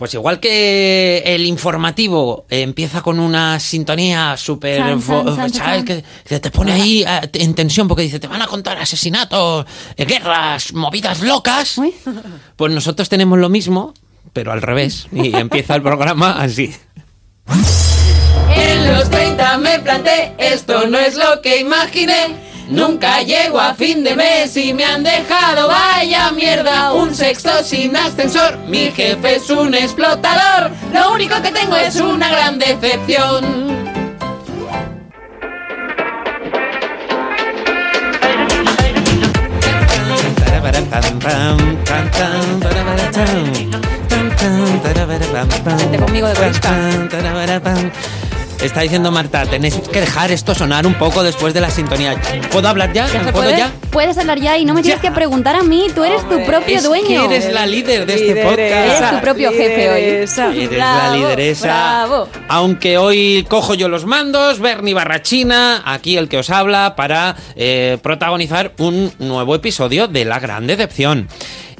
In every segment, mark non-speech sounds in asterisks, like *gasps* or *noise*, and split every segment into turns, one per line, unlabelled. Pues igual que el informativo empieza con una sintonía súper...
Chan, chan,
fo-
chan,
¿Sabes?
chan.
Que, que te pone ahí eh, en tensión porque dice, te van a contar asesinatos, eh, guerras, movidas locas.
Uy.
Pues nosotros tenemos lo mismo, pero al revés.
*laughs*
Y empieza el programa así.
En los 30 me planté, esto no es lo que imaginé. Nunca llego a fin de mes y me han dejado, vaya mierda, un sexto sin ascensor. Mi jefe es un explotador, lo único que tengo es una gran decepción.
Vente
conmigo de corista.
Está diciendo Marta, tenéis que dejar esto sonar un poco después de la sintonía. ¿Puedo hablar ya?
se
¿Puedo
puede?
ya?
Puedes hablar ya y no me tienes que preguntar a mí, tú eres tu
Hombre,
propio
Es que
dueño.
eres la líder de este podcast.
Eres tu propio jefe hoy.
Eres la
Bravo,
lideresa.
bravo.
Aunque hoy cojo yo los mandos, Bernie Barrachina, aquí el que os habla, para eh, protagonizar un nuevo episodio de La Gran Decepción.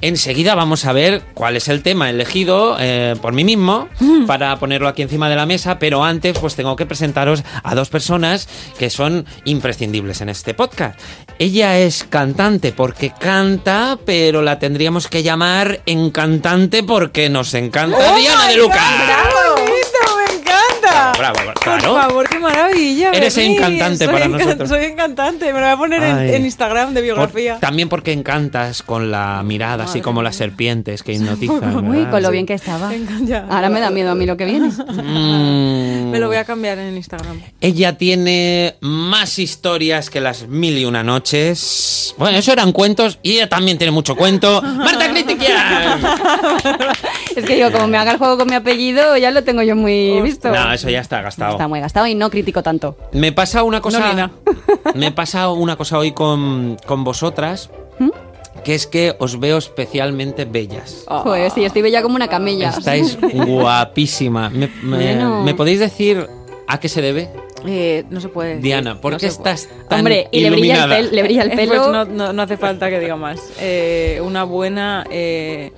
Enseguida vamos a ver cuál es el tema elegido eh, por mí mismo para ponerlo aquí encima de la mesa, pero antes pues tengo que presentaros a dos personas que son imprescindibles en este podcast. Ella es cantante porque canta, pero la tendríamos que llamar encantante porque nos encanta Diana de Luca.
¡Bravo! ¡Me encanta!
Bravo, bravo,
Ah, Por
claro.
favor, qué maravilla.
Eres
Bernice.
encantante
Soy
para
encan-
nosotros.
Soy encantante. Me lo voy a poner en,
Ay.
en Instagram de
Por-
biografía.
también porque encantas con la mirada, así como las serpientes que hipnotizan.
Uy,
¿verdad?
con lo bien que estaba.
Venga, ya.
Ahora me da miedo a mí lo que viene.
Mm.
Me lo voy a cambiar en Instagram.
Ella tiene más historias que las mil y una noches. Bueno, eso eran cuentos y ella también tiene mucho
*laughs*
cuento. ¡Marta Critiquian!
Es que yo, como me haga el juego con mi apellido, ya lo tengo yo muy visto.
No, eso ya está gastado.
Está muy gastado y no critico tanto.
Me pasa una cosa.
Nina.
*laughs* me pasa una cosa hoy con, con vosotras,
¿Mm?
que es que os veo especialmente bellas.
Joder, sí, estoy bella como una camella.
*laughs*
Estáis guapísima. Me, me-
Bueno.
¿me podéis decir a qué se debe?
Eh, no se puede.
Diana, ¿por
No pues.
qué
se puede.
estás tan
Hombre, y le brilla, el
iluminada?
pel- le brilla el
Eh,
pelo.
Pues no, no- no hace falta que diga más. Eh, una buena.
*laughs*
eh,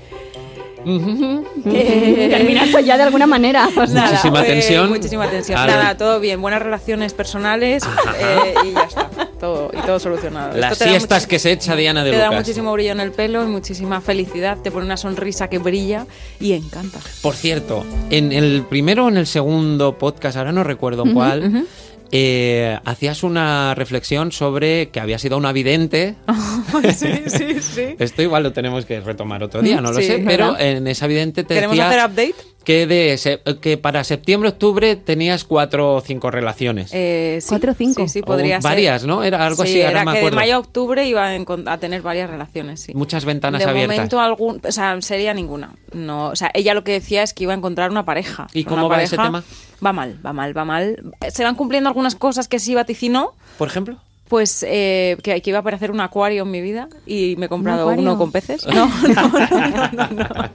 Eh, Terminazo ya de
*laughs*
alguna manera. o sea,
*laughs* nada,
Muchísima
eh,
tensión.
Muchísima tensión.
Ahora-
Nada, todo bien. Buenas relaciones personales eh, y ya está. Todo, y todo solucionado.
Las
Esto te da
siestas
muchis-
que se echa Diana de
Te da
Lucas.
muchísimo brillo en el pelo y muchísima felicidad. Te pone una sonrisa que brilla y encanta. *laughs*
Por cierto, en el primero o en el segundo podcast, ahora no recuerdo cuál, eh, hacías una reflexión sobre que había sido una vidente.
Ah. sí, sí, sí.
Esto igual lo tenemos que retomar otro día, no lo
Sí,
sé,
¿verdad?
pero en esa vidente te
¿Queremos
decía
hacer update?
que, de se- que para septiembre-octubre tenías cuatro o cinco relaciones.
Eh, sí,
Cuatro o cinco.
Sí, sí, podría
O
ser.
varias, ¿no? Era algo
Sí,
así, ahora
era
me
que de
acuerdo.
mayo a octubre iba a, encon- a tener varias relaciones, sí.
Muchas ventanas
de
abiertas.
momento algún, o sea, sería ninguna. No, o sea, ella lo que decía es que iba a encontrar una pareja.
¿Y
Una
cómo va ese
pareja-
tema?
Va mal, va mal, va mal. Eh, Se van cumpliendo algunas cosas que sí vaticinó,
Por ejemplo.
pues eh, que, que iba a aparecer un acuario en mi vida y me he comprado
acuario?
uno con
*laughs*
peces. No, no, no, no, no, no.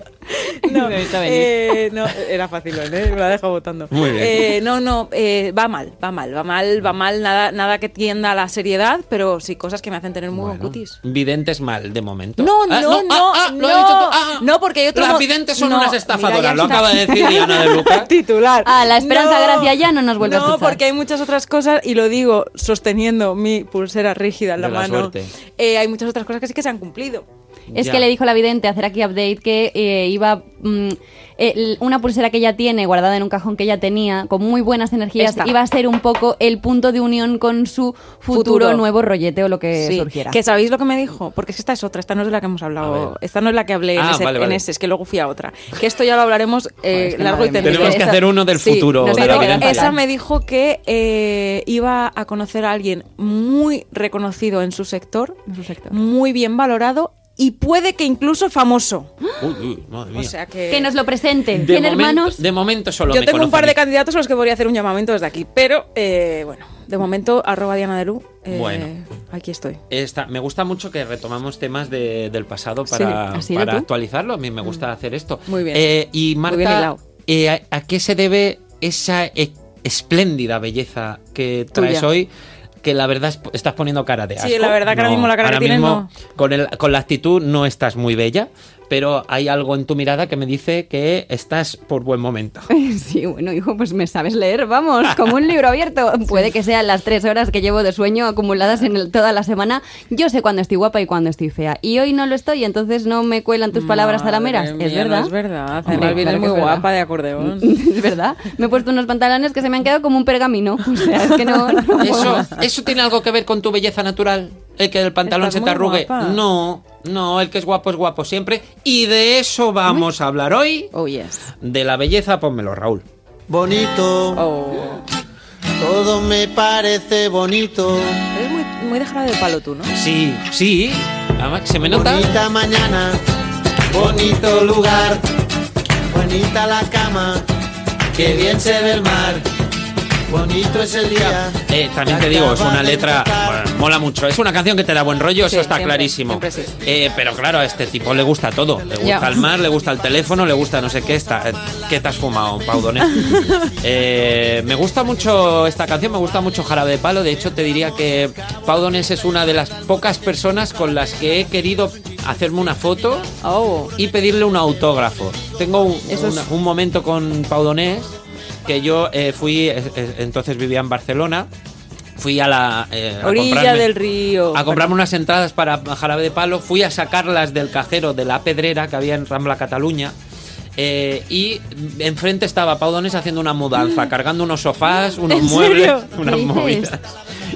No, eh, no, era fácil, ¿eh? me la dejo votando.
Muy bien.
Eh, no, no, eh, va mal, va mal, va mal, va mal, nada, nada que tienda a la seriedad, pero sí cosas que me hacen tener muy
Bueno,
buen cutis.
Videntes mal, de momento.
No,
Ah,
no,
ah,
no,
ah, lo he
no.
dicho tú. Ah,
No, porque hay otro
Las
mo-
videntes son
no,
unas
mira,
estafadoras,
ya
lo
está.
acaba de decir Diana de Lucas.
*laughs* titular.
Ah, la Esperanza Gracia ya no nos vuelve a escuchar.
No, porque hay muchas otras cosas, y lo digo sosteniendo mi pulsera rígida en la
De la
mano.
suerte.
eh, hay muchas otras cosas que sí que se han cumplido.
Es
Ya.
que le dijo la vidente hacer aquí update que eh, iba mm, el- una pulsera que ella tiene guardada en un cajón que ella tenía con muy buenas energías
Esta.
iba a ser un poco el punto de unión con su futuro,
Futuro.
nuevo rollete o lo que
Sí,
surgiera.
Que sabéis lo que me dijo, porque es que esta es otra, esta no es de la que hemos
A
hablado,
ver.
esta no es la que hablé
Ah,
en, ese,
vale,
en
vale.
ese, es que luego fui a otra. Que esto ya lo
*laughs*
hablaremos eh,
Joder, es que
largo
madre
y
mía.
tendido.
Tenemos que
Esa-
hacer uno del
sí,
futuro,
nos
de la
dijo-
evidencia.
Esa me dijo que eh, iba a conocer a alguien muy reconocido en su sector,
En su sector.
muy bien valorado y puede que incluso famoso.
Uy, uy, madre mía.
O sea que...
Que nos lo presente.
de,
Bien,
momento,
hermanos.
de momento solo
Yo
me
tengo un
conoce
par
a
de
mí.
candidatos a los que podría hacer un llamamiento desde aquí, pero eh, bueno, de momento, arroba Diana de Lu, eh,
Bueno.
aquí estoy.
Esta- me gusta mucho que retomamos temas de- del pasado para,
así de
para
tú.
actualizarlo. A mí me gusta hacer esto.
Mm. Muy bien.
Eh, y Marta,
bien hilado.
eh, ¿a- ¿a, qué se debe esa e- espléndida belleza que
Tuya.
traes hoy? Que la verdad es- estás poniendo cara de
Sí,
asco.
la verdad que ahora mismo la cara que tienes
Con, el- con la actitud no estás muy bella, pero hay algo en tu mirada que me dice que estás por buen momento.
*laughs* Sí, bueno, hijo, pues me sabes leer, vamos, como un libro abierto. Puede que sean las tres horas que llevo de sueño acumuladas en el- toda la semana. Yo sé cuándo estoy guapa y cuándo estoy fea. Y hoy no lo estoy, entonces no me cuelan tus palabras
Madre
talameras.
mía,
¿Es verdad?
no es verdad.
Hombre,
Además, vienes
claro que
muy
es verdad.
guapa de acordeón.
Es *laughs* verdad. Me he puesto unos pantalones que se me han quedado como un pergamino. O sea, es que no. no puedo
¿Eso,
más.
¿Eso tiene algo que ver con tu belleza natural? El que el pantalón
Estás
se te
muy
arrugue.
guapa.
No, no, el que es guapo es guapo siempre. Y de eso vamos a hablar hoy.
Oh, yes.
De la belleza, pónmelo, Raúl.
Bonito,
Oh.
todo me parece bonito.
Eres muy, muy dejada de palo tú, ¿no?
Sí, sí. Además, ¿Se me nota?
Bonita mañana, bonito lugar, bonita la cama, que bien se ve el mar, bonito es el día.
Eh, también te digo, es una letra. bueno, mola mucho. Es una canción que te da buen rollo,
Sí,
eso está
siempre,
clarísimo.
siempre sí.
Eh, pero claro, a este tipo le gusta todo. Le gusta
Ya.
el mar, le gusta el teléfono, le gusta no sé qué. Está, eh, ¿Qué te has fumado,
*laughs*
Paudones? Eh, me gusta mucho esta canción, me gusta mucho Jarabe de Palo. De hecho, te diría que Paudones es una de las pocas personas con las que he querido hacerme una foto
Oh.
y pedirle un autógrafo. Tengo un,
Eso es-
una- un momento con Paudonés que yo eh, fui, eh, eh, entonces vivía en Barcelona, fui a la... eh, a
Orilla
comprarme-
del río.
a comprarme unas entradas para Jarabe de Palo, fui a sacarlas del cajero de la pedrera que había en Rambla Cataluña. eh, y enfrente estaba Paudones haciendo una mudanza, cargando unos sofás, unos
Mm. ¿En
muebles,
serio?
unas
¿Qué dices?
movidas.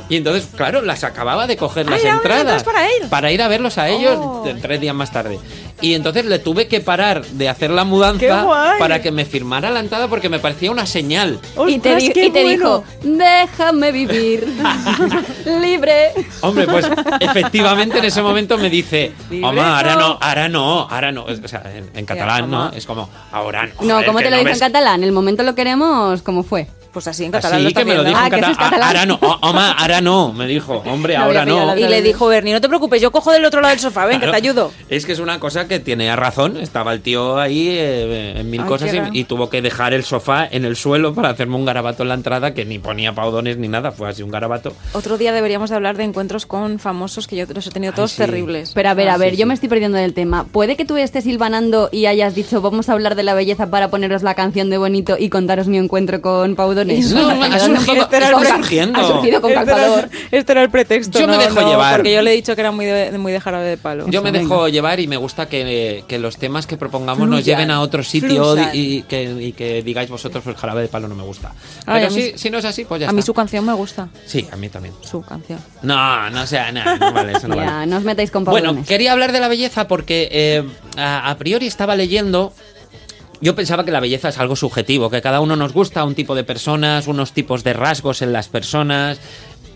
Y entonces, claro, las acababa de coger las
eran
entradas
entradas para ir.
a verlos a ellos
Oh.
t- tres días más tarde. Y entonces le tuve que parar de hacer la mudanza
¡Qué guay!
para que me firmara la entrada porque me parecía una señal.
Y te,
Ostras,
di-
qué
y te dijo,
bueno.
*laughs*
déjame vivir libre.
Hombre, pues efectivamente en ese momento me dice,
Libre,
Oma, ahora no,
no".
ahora no, ahora no. O sea, en, en catalán,
home.
¿no? Es como, ahora no.
No,
joder,
¿cómo
que
te lo
no
dice en
ves-
catalán? El momento lo queremos como fue.
Pues así en catalán
Así
lo está
que me lo dijo
viendo.
Ah,
en
que eso es
catalán. "Ah,
catalán.
Ahora no, o- Oma, ahora no. Me dijo, hombre,
No
ahora
había pillado
no.
la
Y Ah, le dijo Bernie, no te preocupes, yo cojo del otro lado del sofá, ven, que
Claro.
te ayudo.
Es que es una cosa que tiene razón. Estaba el tío ahí eh, en mil
Ay,
cosas
qué raro.
y, y tuvo que dejar el sofá en el suelo para hacerme un garabato en la entrada que ni ponía paudones ni nada. Fue así un garabato.
Otro día deberíamos de hablar de encuentros con famosos que yo los he tenido
Ay,
todos
sí.
terribles.
Pero a ver,
Ah,
a ver,
sí,
yo
sí.
me estoy perdiendo del tema. ¿Puede que tú estés silvanando y hayas dicho, vamos a hablar de la belleza para poneros la canción de Bonito y contaros mi encuentro con Paudones?
No,
Me está
ha
quedando un
surgido, *laughs*
poco-
pero
con
ha
ca-
surgiendo.
Ha surgido con
Este era,
calzador.
este era el pretexto.
Yo me
no,
dejo
no,
llevar.
Porque yo le he dicho que era muy de, muy de jarabe de palo.
Yo me
Venga.
dejo llevar y me gusta que, que los temas que propongamos nos
Fluyan,
lleven a otro sitio
fluyan.
y, y que, y que digáis vosotros, pues jarabe de palo no me gusta.
Ay,
Pero
a mí
si,
sí.
si no es así, pues ya
a mí
está.
su canción me gusta.
Sí, a mí también.
Su canción.
No, no sea, nada, no vale,
*laughs*
eso no vale.
Ya, no os metáis con Paudones.
Bueno, quería hablar de la belleza porque eh, a, a priori estaba leyendo. Yo pensaba que la belleza es algo subjetivo, que cada uno nos gusta un tipo de personas, unos tipos de rasgos en las personas,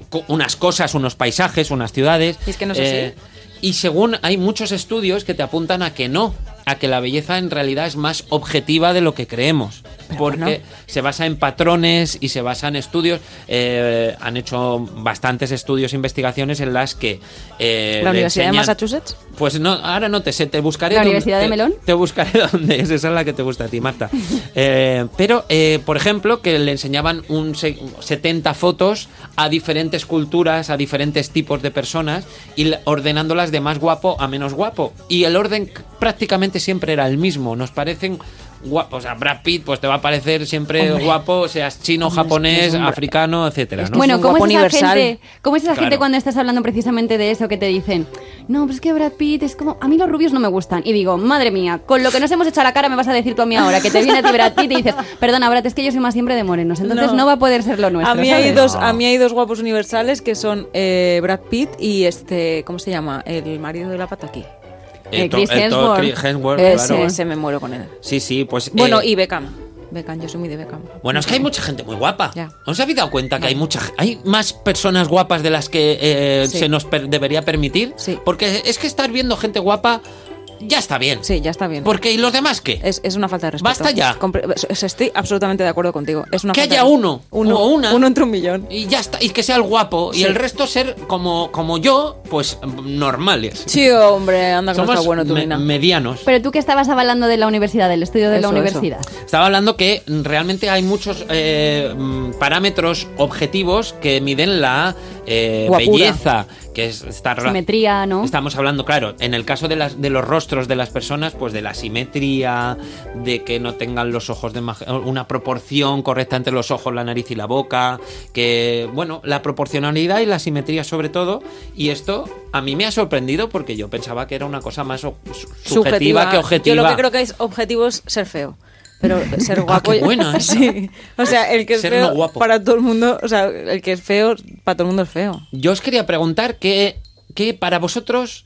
co- unas cosas, unos paisajes, unas ciudades. Eh,
Y es que no es así.
Y según hay muchos estudios que te apuntan a que no, a que la belleza en realidad es más objetiva de lo que creemos. Porque
bueno.
se basa en patrones y se basa en estudios. Eh, han hecho bastantes estudios, investigaciones en las que... eh,
¿La
le
Universidad de
enseñan-
Massachusetts?
Pues no, ahora no te sé, te buscaré...
¿La
dónde-
Universidad de
te-
Melón?
Te buscaré *laughs* dónde es, esa es la que te gusta a ti, Marta. Eh, pero, eh, por ejemplo, que le enseñaban un se- 70 fotos a diferentes culturas, a diferentes tipos de personas, y la- ordenándolas de más guapo a menos guapo. Y el orden c- prácticamente siempre era el mismo. Nos parecen guapos. O sea, Brad Pitt, pues te va a parecer siempre guapo, seas chino, japonés, africano, etcétera, ¿no?
Bueno,
Es un
¿cómo
guapo
es, esa
universal.
gente, ¿cómo es esa
Claro.
gente cuando estás hablando precisamente de eso que te dicen? No, pero es que Brad Pitt es como. A mí los rubios no me gustan. Y digo, madre mía, con lo que nos hemos hecho a la cara me vas a decir tú a mí ahora, que te viene a ti Brad Pitt y dices, perdona, Brad, es que yo soy más siempre de morenos, entonces no,
No.
va a poder ser lo nuestro.
A mí, hay
¿sabes?
Ah.
dos, a mí hay dos guapos universales que son eh, Brad Pitt y este, ¿cómo se llama? El marido de la pata aquí.
Eh,
to-
Chris
eh, to-
Hemsworth.
Chris Hemsworth,
Ese,
claro.
ese Eh, me muero con él.
Sí, sí, pues...
Bueno,
eh,
y Beckham. Beckham, yo soy muy de Beckham.
Bueno, es que hay mucha gente muy guapa.
Ya.
¿No os habéis dado cuenta que hay mucha, hay más personas guapas de las que eh,
Sí.
se nos per- debería permitir?
Sí.
Porque es que estar viendo gente guapa ya está bien.
*laughs* Sí, ya está bien.
Porque ¿y los demás qué?
Es, es una falta de respeto.
Basta ya.
Compre- es- Estoy absolutamente de acuerdo contigo. Es una
Que
falta
haya
de-
uno,
uno
o una.
Uno entre un millón.
Y ya está, y que sea el guapo y
Sí.
el resto ser como como yo, pues normales.
Sí, hombre, anda que no
Somos
está bueno tu
me-
nena.
medianos.
Pero tú que estabas hablando de la universidad, del estudio de la
Eso, eso.
universidad.
Estaba hablando que realmente hay muchos eh, mm, parámetros objetivos que miden la eh,
Guapura.
belleza, que es- está rela-
Simetría, ¿no?
Estamos hablando, claro, en el caso de, las, de los rostros de las personas, pues de la simetría, de que no tengan los ojos de maj- una proporción correcta entre los ojos, la nariz y la boca, que, bueno, la proporcionalidad y la simetría sobre todo, y esto a mí me ha sorprendido porque yo pensaba que era una cosa más o- su- subjetiva que objetiva. Ah,
Yo lo que creo que es objetivo es ser feo. Pero
*laughs*
ser guapo.
qué
*laughs*
buena esa.
Sí. O sea, el que es
Ser
feo
no guapo.
para todo el mundo, o sea, el que es feo para todo el mundo es feo.
Yo os quería preguntar qué, qué para vosotros,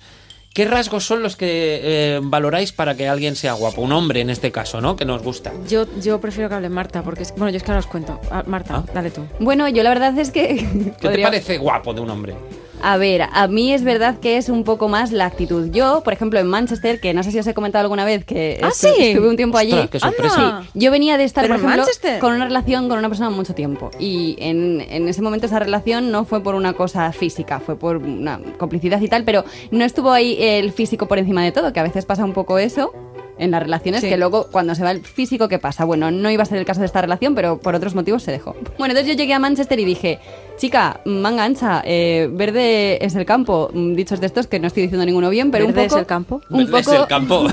qué rasgos son los que eh, valoráis para que alguien sea guapo, un hombre en este caso, ¿no? Que nos gusta.
Yo, yo prefiero que hable Marta, porque es, bueno, yo es que ahora os cuento. Ah, Marta, dale tú.
Bueno, yo la verdad es que... *laughs*
¿Qué te
podría-
parece guapo de un hombre?
A ver, a mí es verdad que es un poco más la actitud. Yo, por ejemplo, en Manchester, que no sé si os he comentado alguna vez que
Ah,
estu-
sí.
estuve un tiempo allí.
Ostras, qué sorpresa.
Anda.
Sí, Yo venía de estar,
¿Pero
por
en
ejemplo,
Manchester?
con una relación con una persona mucho tiempo. Y en, en ese momento esa relación no fue por una cosa física, fue por una complicidad y tal, pero no estuvo ahí el físico por encima de todo, que a veces pasa un poco eso. En las relaciones,
Sí.
que luego cuando se va el físico, ¿qué pasa? Bueno, no iba a ser el caso de esta relación, pero por otros motivos se dejó. Bueno, entonces yo llegué a Manchester y dije, chica, manga ancha, eh, verde es el campo. Mm, Dichos de estos que no estoy diciendo ninguno bien, pero
¿Verde
un
es
poco.
el campo?
Un
Desde
poco,
el *laughs* campo.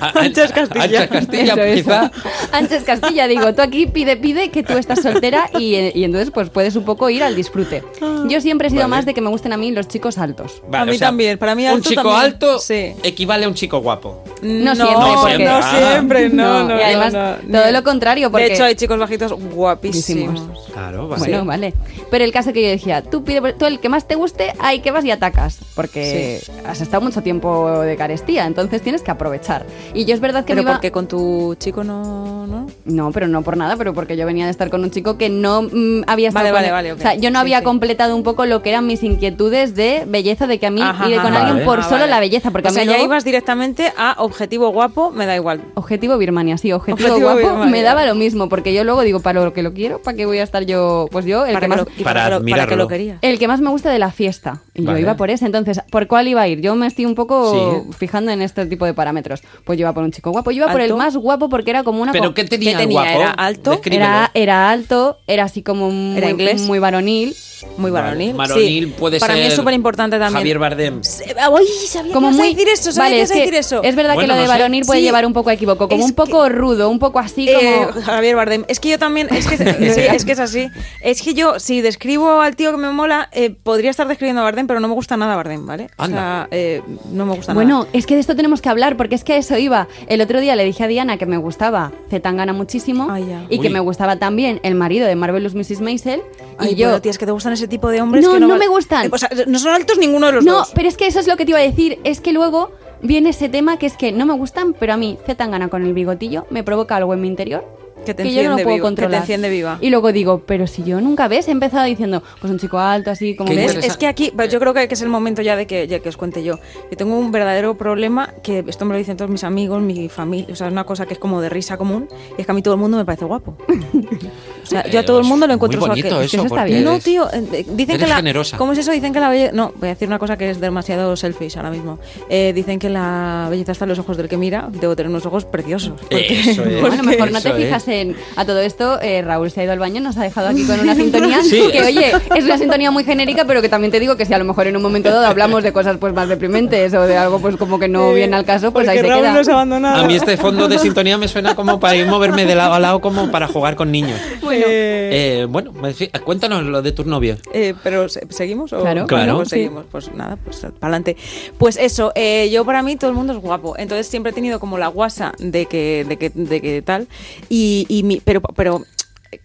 A-
Anchas Castilla.
Anchas Castilla,
eso, eso.
quizá.
Antes Castilla, digo, tú aquí pide, pide que tú estás soltera y, eh, y entonces pues puedes un poco ir al disfrute. Yo siempre he sido
Vale.
más de que me gusten a mí los chicos altos.
Vale,
A mí también, para mí
Un
alto
chico
también,
alto
sí.
equivale a un chico guapo.
No siempre,
no,
porque-
no
Ah.
siempre, no, no.
y además
no, no.
todo lo contrario, porque
De hecho, hay chicos bajitos guapísimos.
Guapísimos.
Claro,
Bueno, vale. Pero el caso que yo decía, tú pide tú el que más te guste, ahí que vas y atacas, porque has estado mucho tiempo de carestía, entonces tienes que aprovechar. Y yo es verdad que me
Pero
iba-
porque con tu chico no, no.
No, pero no por nada, pero porque yo venía de estar con un chico que no mm, había estado
Vale,
con
vale,
él.
vale, ok.
O sea, yo no
Sí,
había
sí.
completado un poco lo que eran mis inquietudes de belleza, de que a mí
Ajá,
ir con
ajá.
alguien
Vale.
por
Ah,
solo
vale.
la belleza, porque
o
a mí
sea, ya
luego-
ibas directamente a objetivo guapo, me da igual.
Objetivo Birmania, sí, objetivo,
Objetivo
guapo,
Birmania.
me daba lo mismo, porque yo luego digo, para lo que lo quiero, ¿para qué voy a estar yo? Pues yo, el que
para,
más...
que lo, y
Para
para, que lo- para que
admirarlo.
lo querías.
El que más me gusta de la fiesta. Y
Vale.
yo iba por ese. Entonces, ¿por cuál iba a ir? Yo me estoy un poco
Sí.
fijando en este tipo de parámetros. Pues yo iba por un chico guapo. Yo iba por
¿Alto?
el más guapo porque era como una...
¿Pero
co-
qué tenía,
¿Qué
el
tenía?
guapo?
¿Era eh, alto?
Descríbelo.
era, era alto, era así como muy,
¿Era inglés?
muy varonil.
Muy
Vale,
varonil.
Varonil
sí.
puede
para
ser.
mí es súper importante también.
Javier Bardem.
Se- Ay, sabía
Como
que ibas a
muy.
decir eso, sabía
Vale,
que
es
ibas a
que
decir eso.
Es verdad
Bueno,
que lo
no
de
sé.
varonil puede
Sí.
llevar un poco a equivoco. Como
Es
un poco rudo, un poco así
Eh, *laughs*
como.
Javier Bardem. Es que yo también,
*laughs*
es que es, es que- es que es así. Es que yo, si describo al tío que me mola, eh, podría estar describiendo a Bardem, pero no me gusta nada Bardem, ¿vale?
Anda.
O sea, eh, no me gusta
Bueno,
nada.
es que de esto tenemos que hablar, porque es que a eso iba. El otro día le dije a Diana que me gustaba Zetangana muchísimo
Ay, Ah, ya.
y que
Uy.
me gustaba también el marido de Marvelous Mrs. Maisel.
Ay,
y yo.
bueno, tía, es que te gustan ese tipo de hombres
No,
que
no
val-
me gustan.
Eh, O sea, no son altos ninguno de los
no,
dos.
pero es que eso es lo que te iba a decir. Es que luego viene ese tema que es que no me gustan, pero a mí Zetangana con el bigotillo me provoca algo en mi interior.
Que te
yo no
enciende
lo puedo
viva, que te
controlar.
enciende viva.
Y luego digo, pero si yo nunca ves, he empezado diciendo, pues un chico alto, así como...
Qué
muy-
¿Ves?
interesante.
Es que aquí, pues, yo creo que que es el momento ya de que, ya que os cuente yo. Yo tengo un verdadero problema, que esto me lo dicen todos mis amigos, mi familia, o sea, es una cosa que es como de risa común, y es que a mí todo el mundo me parece guapo. O sea, yo a
Eh,
todo el
es
mundo lo encuentro
muy
soaque.
bonito
Es que eso
eso,
está
porque
bien.
No,
eres-
tío, eh, dicen
eres
que la.
generosa.
¿Cómo es eso? Dicen que la belleza. No, voy a decir una cosa que es demasiado selfish ahora mismo. Eh, dicen que la belleza está en los ojos del que mira. Debo tener unos ojos preciosos. *laughs* porque-
Eso es.
Bueno, mejor no
Eso
te
es.
fijas en... A todo esto, eh, Raúl se ha ido al baño, nos ha dejado aquí con
*laughs*
una sintonía
Sí.
que, oye, es una sintonía muy genérica, pero que también te digo que si a lo mejor en un momento dado hablamos de cosas pues más deprimentes o de algo pues como que no viene al caso, pues ahí se queda.
A mí este fondo de sintonía me suena como para ir moverme de lado a lado como para jugar con niños.
Bueno,
Eh, bueno, en fin, cuéntanos lo de tus novios.
Eh, pero ¿se- ¿seguimos? O
Claro.
Claro.
pues
Sí.
seguimos. Pues nada, pues para adelante. Pues eso, eh, yo para mí todo el mundo es guapo. Entonces siempre he tenido como la guasa de que, de que, de que tal. Y, y mi- pero, pero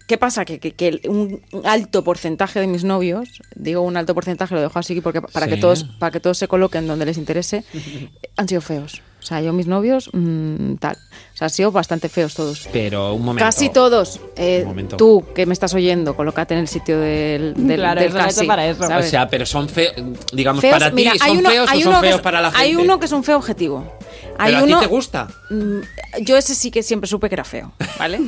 ¿qué pasa? Que, que- que el- un alto porcentaje de mis novios, digo un alto porcentaje, lo dejo así porque para, que,
Sí.
todos, para que todos se coloquen donde les interese,
*laughs*
han sido feos. O sea, yo mis novios, mm, tal. O sea, han sido bastante feos todos.
Pero un momento.
Casi todos. Eh,
Un momento.
tú que me estás oyendo, colócate en el sitio del, del,
Claro,
del
eso- eso
casi,
para eso.
O
¿sabes?
sea, pero son feos, digamos,
Feos,
para ti,
mira,
¿son feos o son
que
feos
es-
para la gente?
Hay uno que es un feo objetivo. Hay
Pero
uno,
a ti te gusta.
Mm, Yo ese sí que siempre supe que era feo, ¿vale?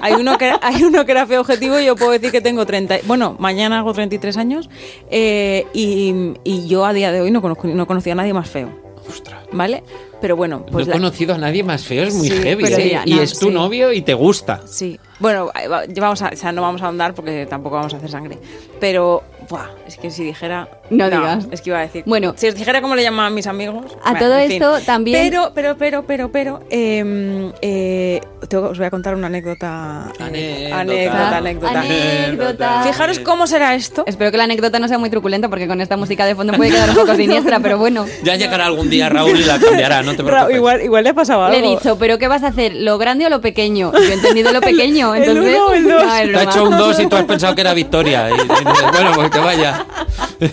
hay, uno que *laughs* era, hay uno que era feo objetivo y yo puedo decir que tengo 30... y- Bueno, mañana hago 33 años eh, y, y yo a día de hoy no, conozco, no conocía a nadie más feo.
Ostras.
¿vale? Pero bueno, pues
no he
la-
conocido a nadie más feo, es muy
Sí,
heavy.
pero
¿eh?
mira,
y
no,
es tu
sí.
novio y te gusta.
Sí. Bueno, ahí va- ya vamos a, o sea, no vamos a ahondar porque tampoco vamos a hacer sangre. Pero, buah, es que si dijera.
No digas.
Es que iba a decir.
Bueno.
Si os dijera cómo le llaman mis amigos.
A
bueno,
todo
en fin.
esto también-
Pero, pero, pero, pero, pero. eh, eh, tengo- os voy a contar una anécdota. eh, anécdota, anécdota.
Anécdota.
Fijaros cómo será esto.
Espero que la anécdota no sea muy truculenta porque con esta música de fondo puede quedar un poco siniestra, pero bueno.
Ya llegará algún día Raúl y la cambiará,
*laughs*
no te
Ra-
preocupes.
igual, igual le ha pasado algo.
Le he dicho, pero ¿qué vas a hacer? ¿Lo grande o lo pequeño? Yo he entendido
*laughs*
lo pequeño,
El- el
entonces...
uno o el
No,
dos.
es
Te ha
broma.
hecho un 2 y tú has pensado que era victoria. Y, y dices, bueno, pues que vaya.
*laughs*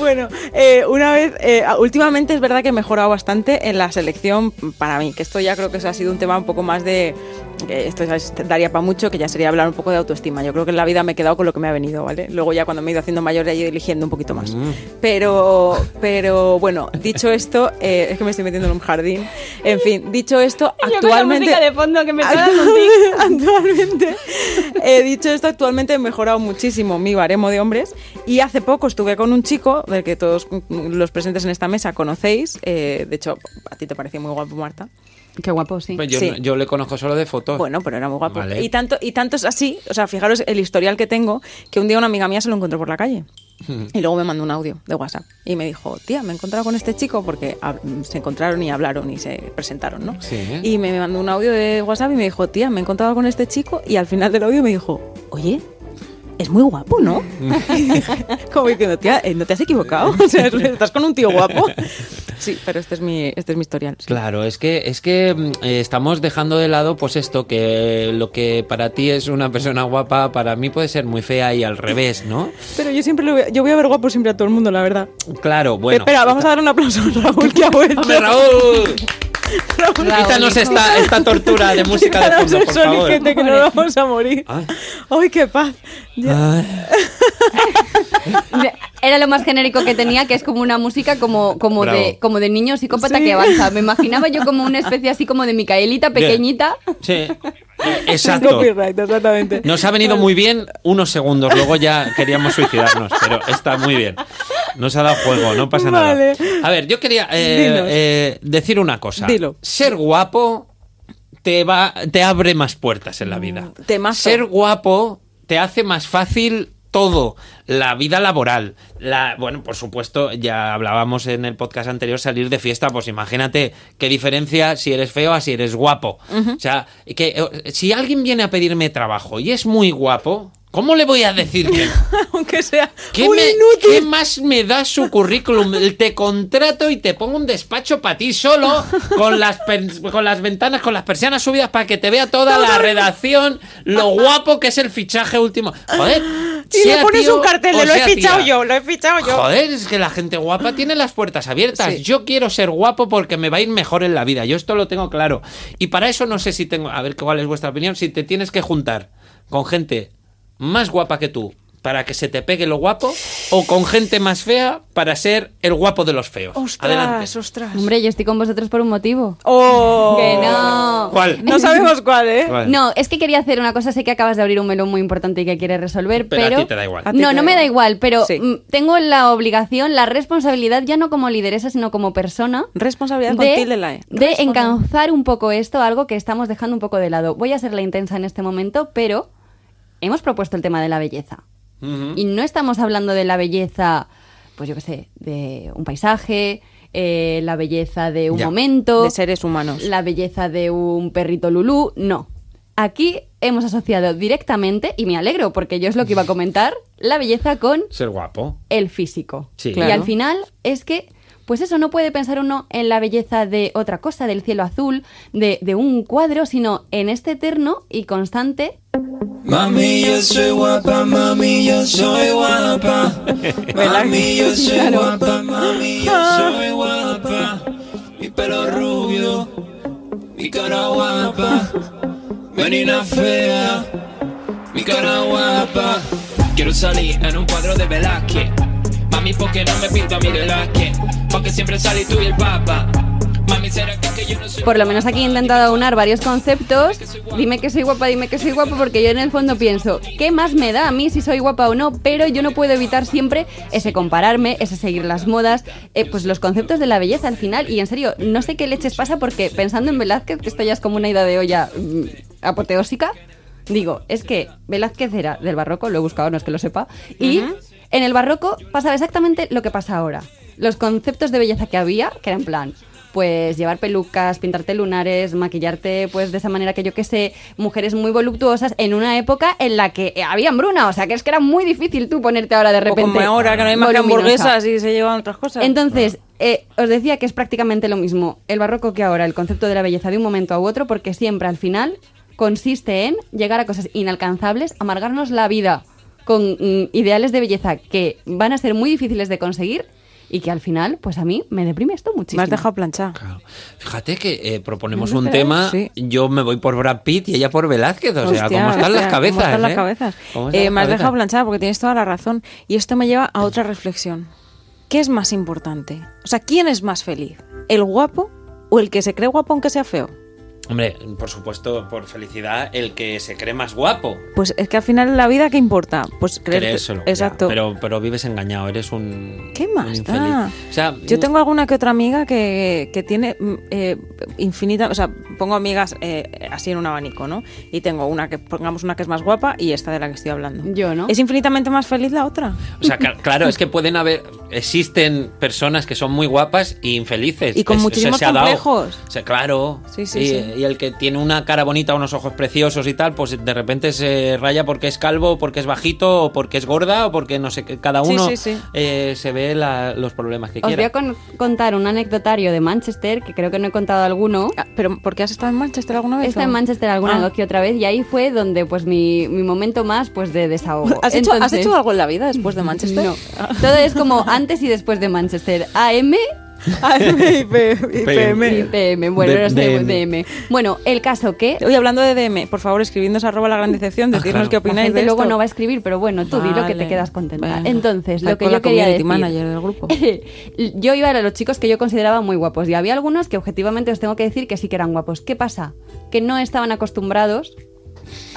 Bueno, eh, una vez, eh, últimamente es verdad que he mejorado bastante en la selección para mí, que esto ya creo que eso ha sido un tema un poco más de, que esto ya es- daría para mucho, que ya sería hablar un poco de autoestima. Yo creo que en la vida me he quedado con lo que me ha venido, ¿vale? Luego ya cuando me he ido haciendo mayor he ido eligiendo un poquito más. Pero, pero bueno, dicho esto, eh, es que me estoy metiendo en un jardín. En fin, dicho esto,
Yo con la
actualmente...
música de fondo que me está dando un tic.
*laughs* Actualmente, he dicho esto, actualmente he mejorado muchísimo mi baremo de hombres y hace poco estuve con un chico del que todos mm, los presentes en esta mesa conocéis, eh, de hecho a ti te parecía muy guapo Marta.
Qué guapo, sí.
Pues yo,
Sí.
no- yo le conozco solo de fotos.
Bueno, pero era muy guapo.
Oh. Vale.
Y, tanto, y tanto es así, o sea, fijaros el historial que tengo, que un día una amiga mía se lo encontró por la calle.
Hmm.
Y luego me mandó un audio de WhatsApp y me dijo, tía, me he encontrado con este chico porque hab- se encontraron y hablaron y se presentaron, ¿no?
Sí.
Y me mandó un audio de WhatsApp y me dijo, tía, me he encontrado con este chico y al final del audio me dijo, oye, es muy guapo,
*laughs*
¿no? Como diciendo, tía, eh, no te has equivocado,
*laughs*
o sea, estás con un tío guapo. Sí, pero este es mi, este es mi historial. sí.
Claro, es que es que mm, eh, estamos dejando de lado pues esto que lo que para ti es una persona guapa para mí puede ser muy fea y al revés, ¿no?
Pero yo siempre lo voy a- yo voy a ver guapo siempre a todo el mundo, la verdad.
Claro, bueno.
Espera, vamos a dar un aplauso a
*laughs*
Raúl que ha vuelto.
¡Hombre, Raúl!
*laughs* Raúl,
Raúl,
Quítanos
hijo.
esta, esta tortura
*laughs*
de música de
quítanos
fondo, por
eso,
favor. Ah.
Ligete, que no nos vamos a morir.
Ay.
Ay, qué paz. Ya.
Ay,
Era lo más genérico que tenía, que es como una música como, como,
Bravo.
de, como de niño psicópata
Sí.
que avanza. Me imaginaba yo como una especie así como de Micaelita pequeñita.
sí. Eh,
Sin
Exacto.
copyright, exactamente.
Nos ha venido muy bien unos segundos, luego ya queríamos suicidarnos, pero está muy bien. Nos ha dado juego, no pasa
Vale.
nada. A ver, yo quería eh,
Dinos.
eh, decir una cosa.
Dilo.
Ser guapo te, va, te abre más puertas en la vida.
temazo.
Ser guapo te hace más fácil todo, la vida laboral, la bueno, por supuesto, ya hablábamos en el podcast anterior salir de fiesta, pues imagínate qué diferencia si eres feo a si eres guapo. O sea, que eh, si alguien viene a pedirme trabajo y es muy guapo, ¿cómo le voy a decir que no?
Aunque sea
¿Qué,
un
me-
inútil.
qué más me da su currículum? *laughs* El Te contrato y te pongo un despacho para ti solo, con las, pen- con las ventanas, con las persianas subidas para que te vea toda la redacción,
*laughs*
lo guapo que es el fichaje último. Joder.
Y
sea
le pones
tío
un cartel,
o
de, lo he
sea
fichado
tía".
yo, lo he fichado yo.
Joder, es que la gente guapa tiene las puertas abiertas. Yo quiero ser guapo porque me va a ir mejor en la vida. Yo esto lo tengo claro. Y para eso no sé si tengo. A ver cuál es vuestra opinión. Si te tienes que juntar con gente más guapa que tú para que se te pegue lo guapo o con gente más fea para ser el guapo de los feos.
Ostras,
Adelante.
ostras.
Hombre, yo estoy con vosotros por un motivo.
Oh.
Que no.
¿Cuál?
No sabemos cuál, ¿eh?
¿Cuál?
No, es que quería hacer una cosa, sé que acabas de abrir un melón muy importante y que quieres resolver,
Pero
pero...
a ti te da igual.
A ti
No,
te
no
da
me da
igual.
igual, pero
Sí.
mm, tengo la obligación, la responsabilidad, ya no como lideresa, sino como persona...
Responsabilidad con tilde en la E.
de encauzar un poco esto, algo que estamos dejando un poco de lado. Voy a ser la intensa en este momento, pero hemos propuesto el tema de la belleza. Y no estamos hablando de la belleza, pues yo qué sé, de un paisaje, eh, la belleza de un
Ya.
momento,
De seres humanos.
la belleza de un perrito Lulú, no. Aquí hemos asociado directamente, y me alegro porque yo es lo que iba a comentar, la belleza con
Ser guapo.
el físico.
Sí.
Y
Claro.
al final es que, pues eso, no puede pensar uno en la belleza de otra cosa, del cielo azul, de, de un cuadro, sino en este eterno y constante.
Mami, yo soy guapa, mami, yo soy guapa.
Ah,
Mami, yo soy guapa, mami, yo
Ah.
soy guapa. Mi pelo rubio, mi cara guapa. Menina fea, mi cara guapa.
Quiero salir en un cuadro de Velázquez. Mami, ¿por qué no me pinto a mi Velázquez? Porque siempre salí tú y el papa. Mami,
Por lo menos aquí he intentado aunar varios conceptos. Dime que soy guapa, dime que soy guapa, porque yo en el fondo pienso, ¿qué más me da a mí si soy guapa o no? Pero yo no puedo evitar siempre ese compararme, ese seguir las modas, eh, pues los conceptos de la belleza al final. Y en serio, no sé qué leches pasa porque pensando en Velázquez, que esto ya es como una ida de olla mm, apoteósica, digo, es que Velázquez era del barroco, lo he buscado, no es que lo sepa, y en el barroco pasaba exactamente lo que pasa ahora. Los conceptos de belleza que había, que eran plan, pues llevar pelucas, pintarte lunares, maquillarte pues de esa manera que yo que sé, mujeres muy voluptuosas en una época en la que había hambruna, o sea que es que era muy difícil tú ponerte ahora de
O
repente.
como ahora, que no hay más que
voluminosa.
hamburguesas y se llevan otras cosas.
Entonces, eh, os decía que es prácticamente lo mismo el barroco que ahora, el concepto de la belleza de un momento a otro, porque siempre al final consiste en llegar a cosas inalcanzables, amargarnos la vida con mm, ideales de belleza que van a ser muy difíciles de conseguir y que al final, pues a mí me deprime esto muchísimo.
me has dejado planchada.
Claro. Fíjate que eh, proponemos
No,
un
pero-
tema,
sí.
yo me voy por Brad Pitt y ella por Velázquez, o sea,
Hostia,
¿cómo están las
hostia, ¿cómo
cabezas?
están las
eh?
cabezas?
¿Cómo están
Eh,
las
me has
cabezas?
dejado planchada porque tienes toda la razón. Y esto me lleva a otra reflexión. ¿Qué es más importante? O sea, ¿quién es más feliz? ¿El guapo o el que se cree guapo aunque sea feo?
Hombre, por supuesto, por felicidad, el que se cree más guapo.
Pues es que al final la vida, ¿qué importa? Pues creer.
Creérselo, ya,
Exacto.
pero, pero vives engañado, eres un.
¿Qué
un
más da?
infeliz. O sea,
yo tengo alguna que otra amiga que, que tiene mm, eh, infinita, o sea, pongo amigas eh, así en un abanico, ¿no? Y tengo una que, pongamos una que es más guapa y esta de la que estoy hablando.
Yo, ¿no?
Es infinitamente más feliz la otra.
O sea, cl- claro,
*laughs*
es que pueden haber. Existen personas que son muy guapas e infelices.
Y con
Es-
muchísimos
se ha dado.
complejos.
O sea, claro.
Sí, sí,
y,
sí.
y el que tiene una cara bonita, unos ojos preciosos y tal, pues de repente se raya porque es calvo, porque es bajito, o porque es gorda, o porque no sé qué. Cada
Sí,
uno
sí, sí.
eh, se ve la- los problemas que
Os voy
quiera.
a con- contar un anecdotario de Manchester, que creo que no he contado alguno.
Ah, ¿Pero por qué has estado en Manchester alguna vez?
He estado
o?
en Manchester alguna
Ah.
vez que otra vez y ahí fue donde pues mi, mi momento más pues de desahogo.
*laughs* *laughs* ¿Has hecho, ¿Has
Entonces-
hecho algo en la vida después de Manchester? *laughs*
No. Todo es como antes y después de Manchester. AM y PM. Bueno,
De-
no sé,
DM.
DM. Bueno, el caso que
Hoy hablando de DM, por favor, escribidnos arroba la gran decepción,
Ah,
decirnos
claro.
qué
la
opináis
gente
de
luego
esto.
no va a escribir, pero bueno, tú di lo que te
Vale.
quedas contenta.
Venga.
Entonces,
Ahí
lo que
con
yo
la
quería
community
decir...
manager del grupo.
*laughs* yo iba a los chicos que yo consideraba muy guapos y había algunos que objetivamente os tengo que decir que sí que eran guapos. ¿Qué pasa? Que no estaban acostumbrados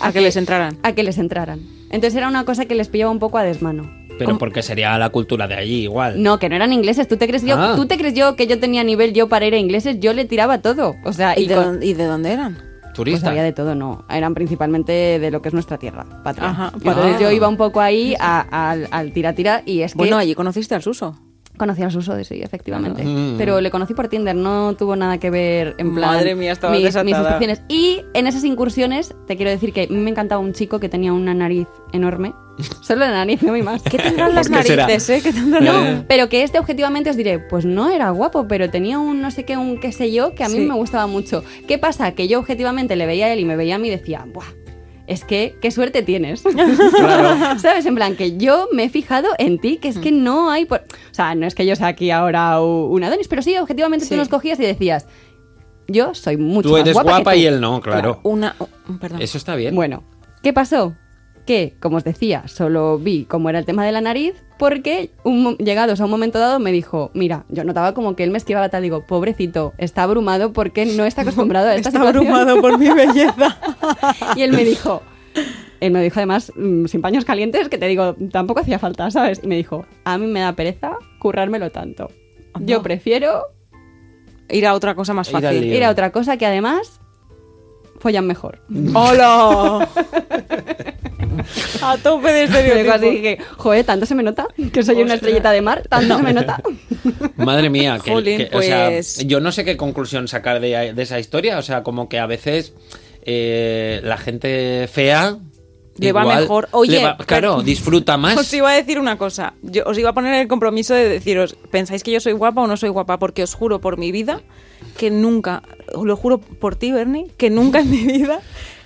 A que les entraran.
a que les entraran. Entonces era una cosa que les pillaba un poco a desmano.
Pero porque sería la cultura de allí igual.
No, que no eran ingleses. ¿Tú te crees
Ah.
yo? ¿Tú te crees yo que yo tenía nivel yo para ir a ingleses? Yo le tiraba todo. O sea,
¿Y
Ah, y
de,
con-
dónde- ¿Y de dónde eran?
pues
Turista.
había de todo, no. Eran principalmente de lo que es nuestra tierra, patria.
Ajá,
Entonces
patria.
yo iba un poco ahí a- al- al tira-tira y es que
Bueno, allí conociste al Suso.
conocí al Suso de sí, efectivamente.
Ah. Mm.
Pero le conocí por Tinder, no tuvo nada que ver en plan
Madre mía, estabas
mis, mis
desatada.
instrucciones. Y en esas incursiones, te quiero decir que me encantaba un chico que tenía una nariz
*laughs*
enorme. Solo la nariz, no hay más.
¿Qué tendrán
*laughs*
las
¿Por qué será?
narices, eh? ¿Qué tendrán
No, pero que este objetivamente os diré, pues no era guapo, pero tenía un no sé qué, un qué sé yo, que a mí
Sí.
me gustaba mucho. ¿Qué pasa? Que yo objetivamente le veía a él y me veía a mí y decía, ¡buah! Es que, qué
*laughs*
suerte tienes. *laughs* ¿Sabes? En plan, que yo me he fijado en ti, que es
Mm.
que no hay. por- O sea, no es que yo sea aquí ahora u- un Adonis, pero sí, objetivamente tú
Sí.
nos cogías y decías, yo soy mucho
Tú
más
eres
guapa.
guapa,
que tú".
y él no, claro.
Una. oh, perdón.
Eso está bien.
Bueno, ¿qué pasó? Que, como os decía, solo vi cómo era el tema de la nariz, porque un mo- llegados a un momento dado me dijo, mira, yo notaba como que él me esquivaba tal, digo, pobrecito, está abrumado porque no
*laughs*
está acostumbrado a esta
Está
situación".
abrumado por mi belleza.
*laughs* Y él me
*laughs*
dijo, él me dijo además, mm, sin paños calientes, que te digo, tampoco hacía falta, ¿sabes? Y me dijo, a mí me da pereza currármelo tanto. Yo prefiero
Ir a otra cosa más
Ir al
fácil.
lío.
ir a otra cosa que además follan mejor. *laughs*
¡Hola! a tope de
Pero
estereotipo.
así dije, joder, tanto se me nota que soy una
Ostras.
estrellita de mar, tanto se me
*laughs*
nota.
Madre mía, que,
Jolín,
que- o sea,
pues-
yo no sé qué conclusión sacar de, de esa historia. O sea, como que a veces eh, la gente fea.
Le va
igual,
mejor. Oye,
le va- claro,
pero-
disfruta
Os
más.
iba a decir una cosa. Yo os iba a poner el compromiso de deciros, ¿pensáis que yo soy guapa o no soy guapa? Porque os juro por mi vida que nunca, os lo juro por ti, Bernie, que nunca en
*laughs*
mi vida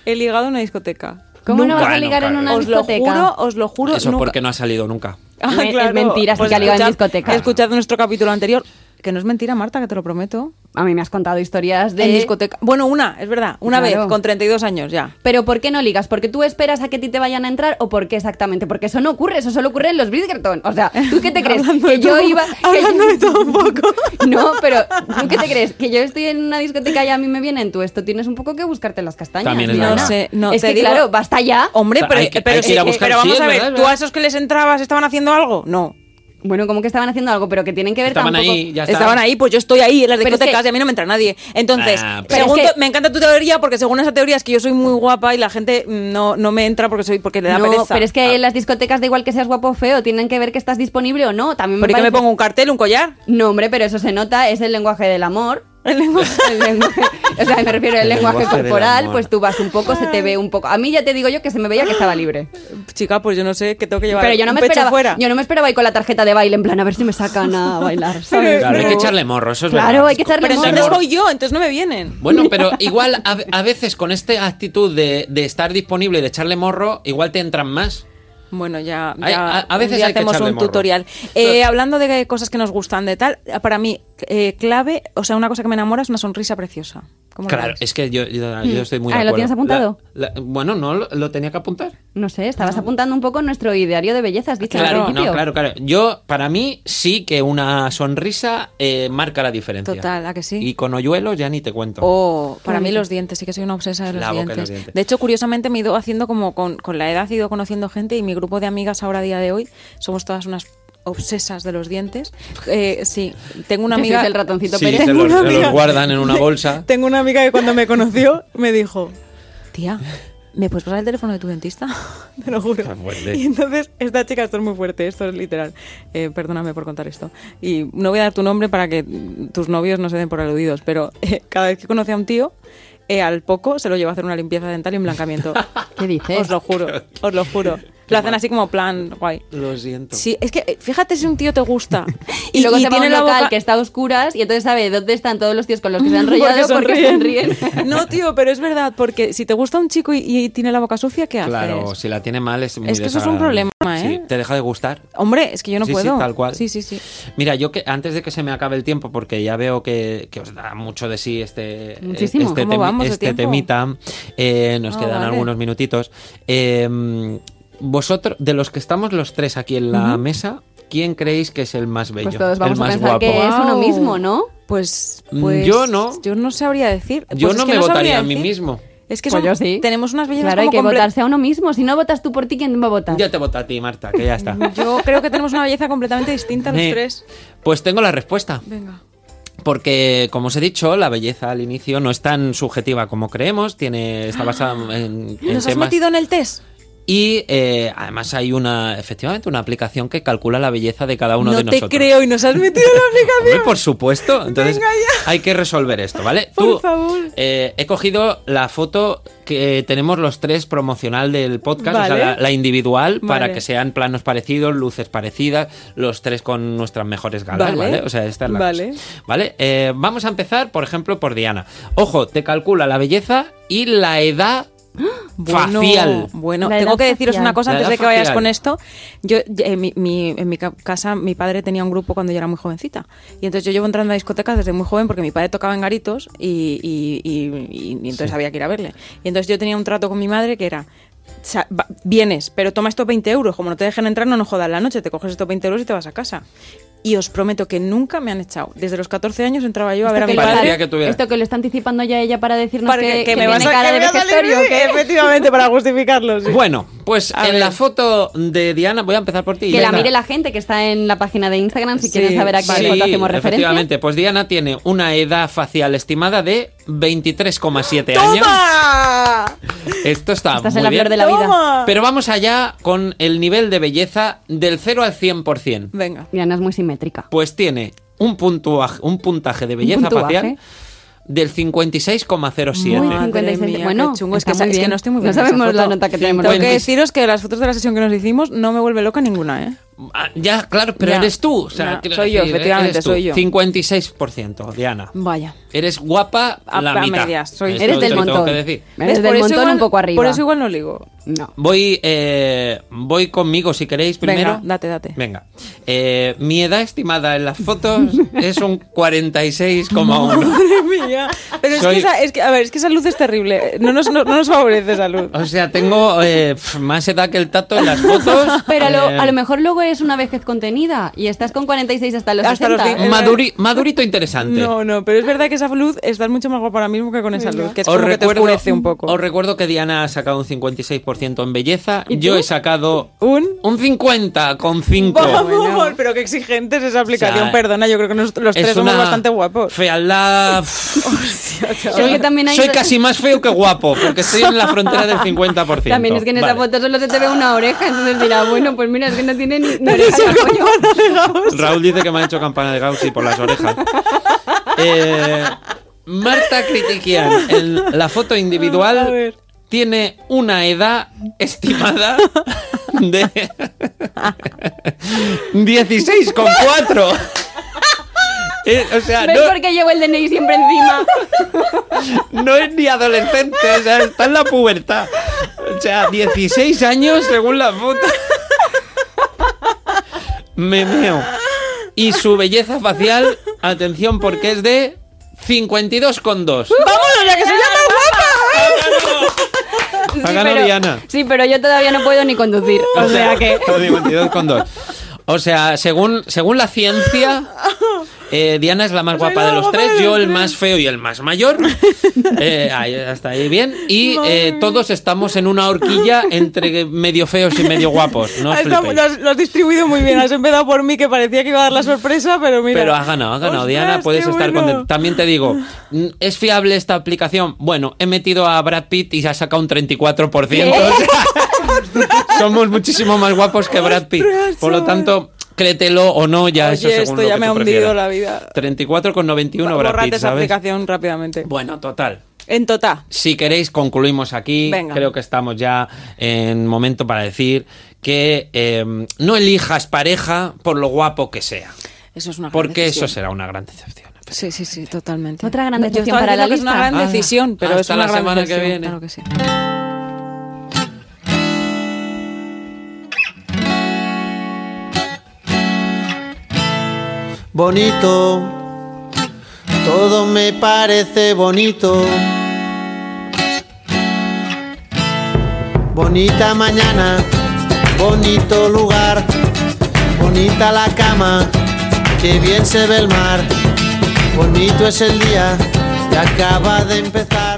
he ligado a una discoteca.
¿Cómo no
Nunca,
vas a ligar en
nunca,
una
os
discoteca?
lo juro, os lo juro.
Eso
nunca.
porque no ha salido nunca.
*laughs* Ah,
Me- es mentira, sí que ha ligado en
escuchad-
discoteca.
Escuchad nuestro capítulo anterior, que no es mentira, Marta, que te lo prometo.
a mí me has contado historias de...
En discoteca. Bueno, una, es verdad. Una
Eh, Claro.
vez, con 32 años ya.
Pero ¿por qué no ligas? ¿Porque tú esperas a que a ti te vayan a entrar o por qué exactamente? Porque eso no ocurre, eso solo ocurre en los Bridgerton. O sea, ¿tú
*laughs*
qué te crees?
Hablando
que
de
yo
todo-
iba. que
*laughs* hablando
yo-
de todo un poco.
*laughs* No, pero ¿tú qué te crees? Que yo estoy en una discoteca y a mí me vienen tú. Esto tienes un poco que buscarte las castañas.
También es
Diana.
verdad. No
sé, no,
Es
te
que
digo-
claro, basta ya.
Hombre,
O sea,
pero,
hay que-
pero
hay que
sí
ir a
que-
buscar-
pero
sí,
vamos
es
a ver,
verdad, es
¿tú
verdad.
a esos que les entrabas estaban haciendo algo? No.
Bueno, como que estaban haciendo algo, pero que tienen que ver
Estaban
tampoco.
ahí, ya está.
Estaban ahí, pues yo estoy ahí en las
Pero es
discotecas
que-
y a mí no me entra nadie. Entonces,
Ah,
pero-
según
Pero es
tu- me encanta tu teoría porque según esa teoría es que yo soy muy guapa y la gente mm, no, no me entra porque soy porque le da
no,
pereza. Ah.
pero es que en las discotecas da igual que seas guapo o feo, tienen que ver que estás disponible o no. También me
¿Por qué me
parece-
pongo un cartel, un collar?
No, hombre, pero eso se nota, es el lenguaje del
*laughs*
amor. El lenguaje, o sea, me refiero al
El
lenguaje,
lenguaje del
corporal,
amor.
pues tú vas un poco, se te ve un poco. A mí ya te digo yo que se me veía que estaba libre.
Chica, pues yo no sé, que tengo que llevar
pero yo no
un
me
pecho
esperaba,
fuera.
yo no me esperaba ir con la tarjeta de baile en plan a ver si me sacan a
*laughs*
bailar, ¿sabes?
Claro, hay
Pero-
que echarle morro, eso es
Claro,
verdad.
hay que echarle
Pero
morro.
entonces voy yo, entonces no me vienen.
Bueno, pero igual a, a veces con esta actitud de, de estar disponible y de echarle morro, igual te entran más.
Bueno, ya,
Hay-
ya
a- a
un
veces
día
hay que
hacemos
echarle
un
morro.
tutorial. Eh, hablando de cosas que nos gustan, de tal, para mí, eh, clave, o sea, una cosa que me enamora es una sonrisa preciosa. ¿Cómo lo
Claro,
ves? Mm.
es que yo, yo, yo estoy muy
Ah,
de
¿lo
acuerdo.
tienes apuntado?
La- la- bueno, no, lo, lo tenía que apuntar.
No sé, estabas
Ah.
apuntando un poco nuestro ideario de belleza, has dicho al
Claro, no,
principio.
claro, claro. Yo, para mí, sí que una sonrisa eh, marca la diferencia.
Total, ¿a que sí? Oh,
Y con hoyuelos ya ni te cuento.
O para mí los dientes, sí que soy una obsesa de los,
La boca y los
dientes.
dientes.
De hecho, curiosamente me he ido haciendo como con, con la edad, he ido conociendo gente y mi grupo de amigas ahora a día de hoy somos todas unas obsesas de
*laughs*
los dientes. Eh, sí, tengo una
Que sois
amiga...
el ratoncito
Sí,
Pérez.
se los,
Una
se los
amiga.
guardan en
*laughs*
una bolsa.
Tengo una amiga que cuando me conoció me dijo, tía, ¿me puedes pasar el teléfono de tu dentista? *laughs* Te lo juro.
Ah,
Está
pues
fuerte.
Y entonces, esta chica, esto es muy fuerte, esto es literal. Eh, perdóname por contar esto. Y no voy a dar tu nombre para que tus novios no se den por aludidos, pero eh, cada vez que conoce a un tío, eh, al poco se lo lleva a hacer una limpieza dental y un blancamiento.
*laughs* ¿Qué dices?
Os lo juro, os lo juro. Lo hacen así como plan guay.
Lo siento.
Sí, es que eh, fíjate si un tío te *laughs* gusta
Y luego se va a
tiene
un
la
local
boca-
que está a oscuras y entonces sabe dónde están todos los tíos con los que se
*laughs*
han rollado porque, sonríen.
No, tío, pero es verdad, porque si te gusta un chico y, y tiene la boca sucia, ¿qué
Claro,
haces?
si la tiene mal es muy
Es que eso es un
desagradable.
problema, ¿eh?
Sí, te deja de gustar.
Hombre, es que yo no
Sí, sí,
puedo.
tal cual.
Sí, sí, sí.
Mira, yo que antes de que se me acabe el tiempo, porque ya veo que, que os da mucho de sí este,
Muchísimo.
este,
¿Cómo vamos de
este
tiempo?
temita, eh, nos
Ah,
quedan
vale.
algunos minutitos. Eh, vosotros, de los que estamos los tres aquí en la mesa, ¿quién creéis que es el más bello?
Pues todos
el
vamos a
más
pensar
guapo.
que es uno
Guau.
mismo, ¿no?
Pues,
Mm,
pues-
yo no.
Yo no sabría decir.
Yo
Pues es
no
que
me
sabría
votaría a mí
decir.
mismo.
Es que
Pues
son-
yo sí.
tenemos unas bellezas
Claro, hay
como
que
comple-
votarse a uno mismo. Si no votas tú por ti, ¿quién va a votar?
Ya te voto a ti, Marta, que ya está.
Yo creo que tenemos una belleza completamente distinta los
Eh,
tres.
Pues tengo la respuesta.
Venga.
Porque, como os he dicho, la belleza al inicio no es tan subjetiva como creemos, tiene, está basada en, en
¿Nos has
temas.
metido en el test?
Y eh, además hay una, efectivamente, una aplicación que calcula la belleza de cada uno
no
de
te
nosotros.
creo y nos has metido en la
*laughs* Hombre,
aplicación.
por supuesto. Entonces
Venga ya.
hay que resolver esto, ¿vale?
Por
Tú,
favor.
eh, he cogido la foto que tenemos los tres promocional del podcast, o
Vale.
sea, la, la individual, para
Vale.
que sean planos parecidos, luces parecidas, los tres con nuestras mejores galas, ¿vale?
Vale.
O sea, esta es la
Vale.
cosa. ¿Vale? Eh, vamos a empezar, por ejemplo, por Diana. Ojo, te calcula la belleza y la edad
*gasps* Bueno,
facial.
Bueno,
La
tengo
edad
que deciros
facial.
una cosa
La
antes
edad
de que vayas
facial.
con esto. Yo yo- en mi, mi- en mi ca- casa mi padre tenía un grupo cuando yo era muy jovencita y entonces yo llevo entrando a discotecas desde muy joven porque mi padre tocaba en garitos y, y- y- y- y entonces había que ir a verle. Y entonces yo tenía un trato con mi madre que era sa- va- vienes, pero toma estos 20 euros, como no te dejan entrar no nos jodas la noche, te coges estos 20 euros y te vas a casa. Y os prometo que nunca me han echado. Desde los 14 años entraba yo a ver a mi
lo-
padre.
Parecía que tuviera-
esto que lo está anticipando ya ella para decirnos
Para
que,
que,
que
me
viene
vas a,
cara
que
de
me vas a
vestuario.
salir- *laughs* efectivamente, para justificarlos.
Bueno, pues
A
en
ver.
la foto de Diana, voy a empezar por ti.
Que la
Diana.
mire la gente que está en la página de Instagram si
Sí,
quieren saber a qué
Sí,
foto hacemos referencia.
efectivamente. Pues Diana tiene una edad facial estimada de 23,7 años.
¡Toma!
Esto está
Estás
muy
en la
bien.
flor de la vida.
¡Toma!
Pero vamos allá con el nivel de belleza del 0 al 100%.
Venga.
Diana es muy simétrica.
Pues tiene un, puntuaje, un puntaje de belleza
puntuaje?
facial del 56,07.
Muy
Madre
56.
mía,
bueno,
qué chungo. Es
está
que, sa-
muy
es que
bien.
no estoy muy
No
bien en esa
sabemos la
foto.
nota que tenemos.
Tengo que
Bueno,
deciros que las fotos de la sesión que nos hicimos no me vuelve loca ninguna, ¿eh?
Ah, Ya, claro, pero
Ya.
eres tú. o sea,
Ya,
quiero
soy yo,
decir,
efectivamente,
eres tú.
soy yo.
56%, Diana.
Vaya.
Eres guapa
A-
la
a
mitad.
medias, soy-
Esto
Eres
te
del
lo tengo
montón.
que decir.
Eres del
Por eso
montón
igual-
un poco arriba.
Por eso igual no ligo.
No.
Voy, eh, voy conmigo si queréis primero.
Venga, date, date.
Venga. Eh, mi edad estimada en las
*laughs*
fotos es un 46,1.
*laughs* Madre mía. Pero es,
Soy-
que esa, es que- a ver, es que esa luz es terrible. No nos, no, no nos favorece esa luz.
O sea, tengo eh, pf, más edad que el tato en las fotos.
*laughs* Pero a lo,
Eh,
a lo mejor luego es una vejez contenida y estás con 46 hasta los
Hasta los
60.
veinte.
maduri- madurito interesante.
eh, No, no, pero es verdad que esa luz estás mucho más guapa ahora mismo que con esa luz, que es como que te oscurece un poco.
os recuerdo que Diana ha sacado un 56% en belleza.
¿Y
Yo
tú?
he sacado
Un-
un 50 con 5.
Vamos, pero qué exigente es esa aplicación.
O sea,
Perdona, yo creo que nos- los tres somos bastante
*laughs*
guapos. *laughs*
Fealdad.
Creo que también hay-
Soy casi más feo que guapo, porque estoy en la frontera del 50%.
También es que en esa
Vale.
foto solo se te ve una oreja, entonces dirá, bueno, pues mira, es que no tiene
*laughs*
ni ni oreja ni coño.
Raúl dice que me ha hecho campana de Gauss por las orejas. Eh, Marta Critiquian, en la foto
A
individual,
ver.
tiene una edad estimada de
*laughs* *laughs*
16,4. Eh, o sea,
¿Ves
no,
por qué llevo el DNI siempre encima?
no es ni adolescente, o sea, está en la pubertad. O sea, 16 años según la foto. Me meo. Y su belleza facial, atención porque es de 52,2.
¡Vámonos, *laughs* ya que soy la más guapa! ¿eh?
Sí,
Ha ganado
pero,
Diana.
sí, pero yo todavía no puedo ni
*laughs*
conducir. O
*laughs*
sea que...
52,2. O sea, según, según la ciencia, eh, Diana es la más guapa de los tres, yo el más feo y el más *laughs* mayor. Eh, ahí- hasta ahí bien. Y eh, todos estamos en una horquilla entre medio feos y medio guapos. No os
Has-
flipéis.
lo, has, lo has distribuido muy bien. Has empezado por mí, que parecía que iba a dar la sorpresa, pero mira.
Pero has ganado, has ganado,
Ostras,
Diana. Puedes
qué
estar
bueno.
contenta. También te digo, mm, ¿es fiable esta aplicación? Bueno, he metido a Brad Pitt y se ha sacado un 34%. *laughs* o sea, somos muchísimo más guapos que Brad Pitt.
Ostras,
Por lo
chaval.
tanto, créetelo o no, ya eso
Oye,
según
esto
lo
ya
que
me ha
tú
hundido
prefieras.
la vida.
34,91 Brad
Borrate
Pitt,
esa
¿sabes?
aplicación rápidamente.
Bueno, total.
En Tota. total.
Si queréis, concluimos aquí.
Venga.
Creo que estamos ya en momento para decir que eh, no elijas pareja por lo guapo que sea.
Eso es una gran
Porque eso
decisión.
será una gran decepción.
Sí, sí, sí, totalmente.
Otra gran
Yo estaba
decepción para la
diciendo que
lista.
es una gran
Ah,
decisión, pero
hasta
es una
la
gran
semana que
decisión.
viene.
Claro que sí.
bonito. Todo me parece bonito. Bonita mañana, bonito lugar, bonita la cama, que bien se ve el mar. Bonito es el día que acaba de empezar.